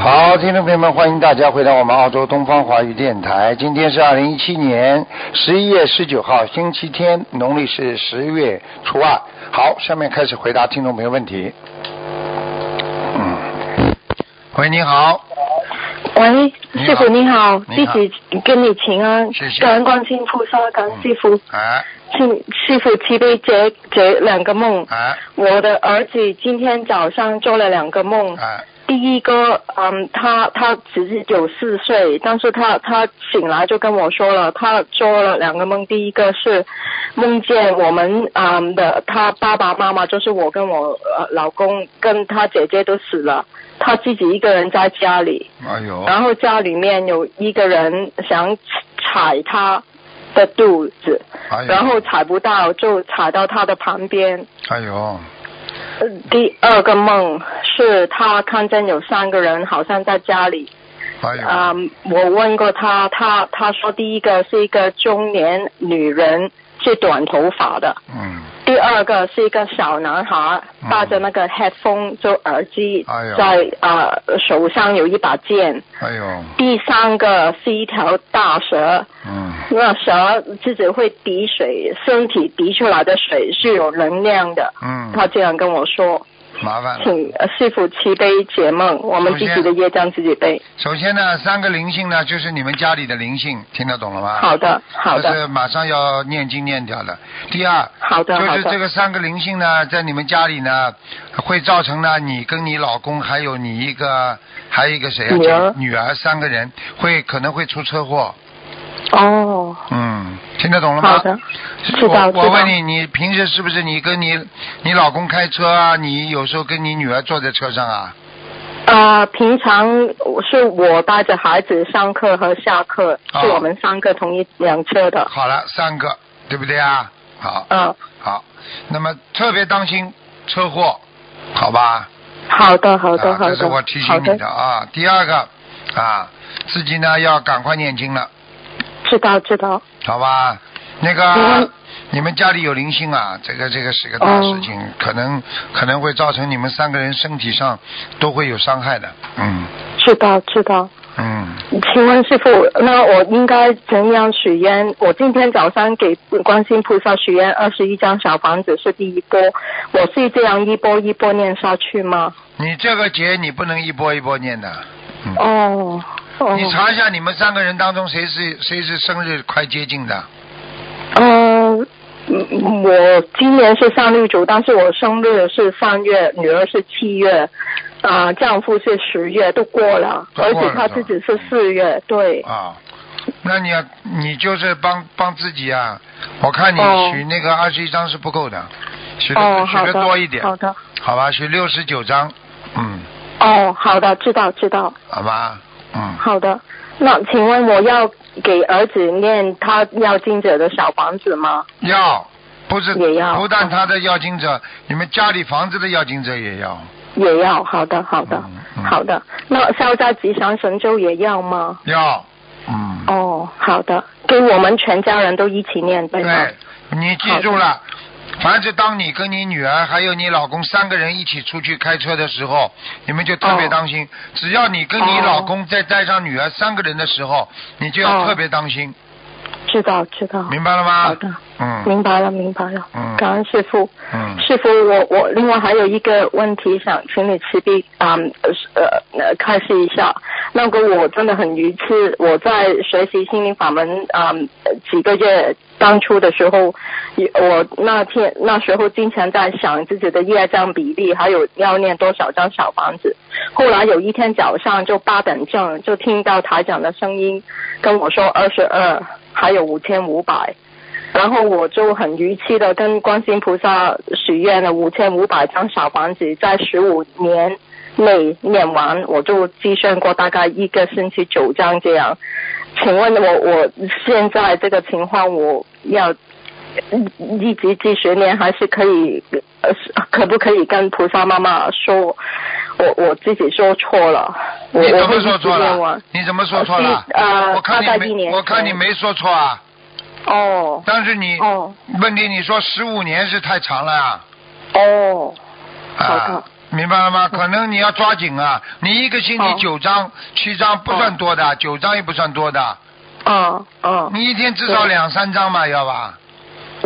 好，听众朋友们，欢迎大家回到我们澳洲东方华语电台。今天是二零一七年十一月十九号，星期天，农历是十月初二。好，下面开始回答听众朋友问题。嗯，喂，你好，喂，你师好傅你好，你弟好子跟你请安谢谢，感恩观世音菩萨，感恩师傅，哎请师傅慈悲解解两个梦。哎我的儿子今天早上做了两个梦，哎第一个，嗯，他他只是有四岁，但是他他醒来就跟我说了，他做了两个梦，第一个是梦见我们嗯的他爸爸妈妈，就是我跟我呃老公跟他姐姐都死了，他自己一个人在家里，哎呦，然后家里面有一个人想踩他的肚子，哎然呦，后踩不到就踩到他的旁边，哎呦，呃第二个梦是他看见有三个人好像在家里，哎呦，啊、我问过他，他他说第一个是一个中年女人，是短头发的，嗯，第二个是一个小男孩嗯，戴着那个 headphone 就耳机，哎呦在啊、呃手上有一把剑，哎呦，第三个是一条大蛇，嗯，那蛇自己会滴水，身体滴出来的水是有能量的，嗯他这样跟我说。麻烦了。请呃师傅慈悲解梦，我们自己的业障自己背。首先呢，三个灵性呢，就是你们家里的灵性，听得懂了吗？好的，好这的，是马上要念经念掉了。第二，好的，就好是这的，个三个灵性呢，在你们家里呢，会造成呢，你跟你老公还有你一个，还有一个谁啊？女儿这女儿三个人会可能会出车祸。哦，嗯，听得懂了吗？好的，我知道我知道问你，你平时是不是你跟你你老公开车啊？你有时候跟你女儿坐在车上啊？呃，平常是我带着孩子上课和下课，哦是我们三个同一辆车的。好了，三个，对不对啊？好，嗯、好，那么特别当心车祸，好吧？好的，好的，啊好这是的，我提好醒你的，的啊。第二个啊，自己呢要赶快念经了，知道知道。好吧？那个嗯你们家里有灵性啊，这个这个是个大事情，哦可能可能会造成你们三个人身体上都会有伤害的。嗯知道知道，嗯，请问师傅，那我应该怎样许愿？我今天早上给观世音菩萨许愿二十一张小房子是第一波，我是这样一波一波念下去吗？你这个劫你不能一波一波念的。嗯，哦，哦，你查一下你们三个人当中谁是谁是生日快接近的。呃，嗯我今年是上六九，但是哦嗯我生日是三月，女儿是七月，啊、丈夫是十月，都过了，都过了而且他自己是四月，对，啊，那你要你就是帮帮自己啊！我看你哦许那个二十一张是不够的，许的、哦，许好的的，多一点，好的，好吧？许六十九张，嗯，哦，好的，知道知道，好吧，嗯，好的。那请问我要给儿子念他要经者的小房子吗？要不是也要嗯不但他的要经者，你们家里房子的要经者也要，也要，好的，好的，嗯嗯好的。那消灾吉祥神咒也要吗？要，嗯，哦，好的，跟我们全家人都一起念，对吗？对，你记住了。凡是当你跟你女儿还有你老公三个人一起出去开车的时候，你们就特别哦当心。只要你跟你哦老公再带上女儿三个人的时候，你就要哦特别当心，知道，知道。明白了吗？哦好的，嗯明白了，明白了。嗯感恩师傅。嗯，师傅，我我另外还有一个问题想请你慈悲啊呃呃开示一下。那个我真的很愚痴，我在学习心灵法门啊、呃几个月当初的时候，也我那天那时候经常在想自己的业障比例，还有要念多少张小房子。后来有一天早上就八点正就听到台长的声音跟我说二十二，还有五千五百。然后我就很逾期的跟观世音菩萨许愿了五千五百张小房子，在十五年内念完，我就计算过大概一个星期九张这样。请问我我现在这个情况，我要一级几学年还是可以，呃，是可不可以跟菩萨妈妈说，我我自己说错了，我你我怎会么一说直错念我了？你怎么说错了？呃我看大概你一没，年我看你前没说错啊。哦但是你、哦问题，你说十五年是太长了啊。哦，好的嗯啊，明白了吗？可能你要抓紧啊！你一个星好期九张、七张不算多的，九张也不算多的。哦哦，你一天至少对两三张吧，要吧？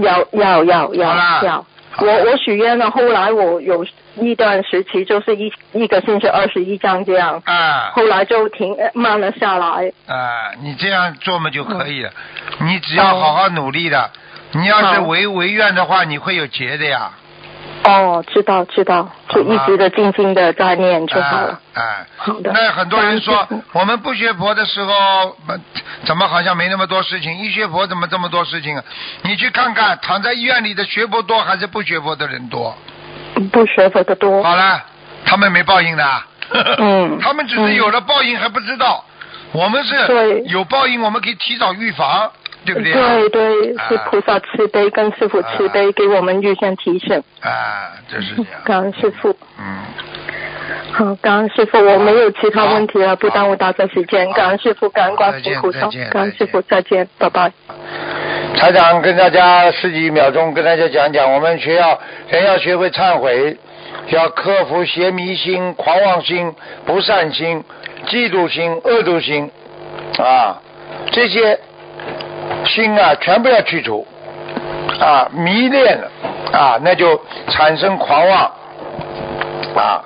要要要好啦要要。好我啦我许愿了，后来我有一段时期就是一一个星期二十一张这样，啊后来就停呃慢了下来。啊，你这样做嘛就可以了。你只要好好努力的，你要是好违违愿的话，你会有结的呀。哦，知道知道，就好一吧直的静静的在念就好了啊。啊！好的那很多人说感恩师，我们不学佛的时候，呃怎么好像没那么多事情？一学佛怎么这么多事情啊？你去看看，躺在医院里的学佛多还是不学佛的人多？嗯不学佛的多。好了，他们没报应的啊。嗯 他们只是有了报应还不知道，我们是对有报应，我们可以提早预防，对不对啊？对对，啊是菩萨慈悲跟师傅慈悲给我们预先提醒。啊，就是这样。感恩师父嗯。好，感恩师傅，我没有其他问题好了，不耽误大家时间。好感恩师傅，感恩观世音菩再萨见再见，感恩师傅，再再见，拜拜。嗯。台长跟大家十几秒钟跟大家讲讲，我们学校人要学会忏悔，要克服邪迷心、狂妄心、不善心、嫉妒心、恶毒心啊，这些心啊全部要去除。啊，迷恋了啊，那就产生狂妄啊。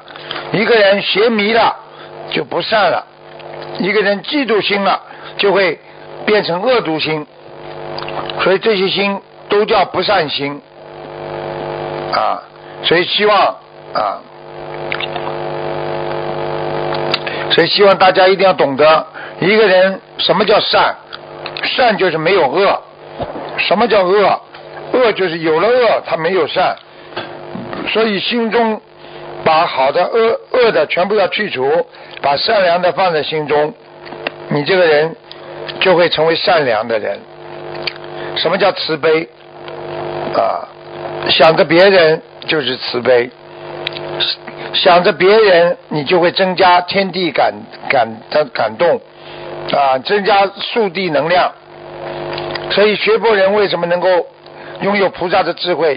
一个人邪迷了，就不善了；一个人嫉妒心了，就会变成恶毒心。所以这些心都叫不善心啊。所以希望啊，所以希望大家一定要懂得，一个人什么叫善？善就是没有恶。什么叫恶？恶就是有了恶，他没有善，所以心中把好的、恶恶的全部要去除，把善良的放在心中，你这个人就会成为善良的人。什么叫慈悲？啊，想着别人就是慈悲，想着别人，你就会增加天地感感的感动，啊，增加速地能量。所以学佛人为什么能够拥有菩萨的智慧？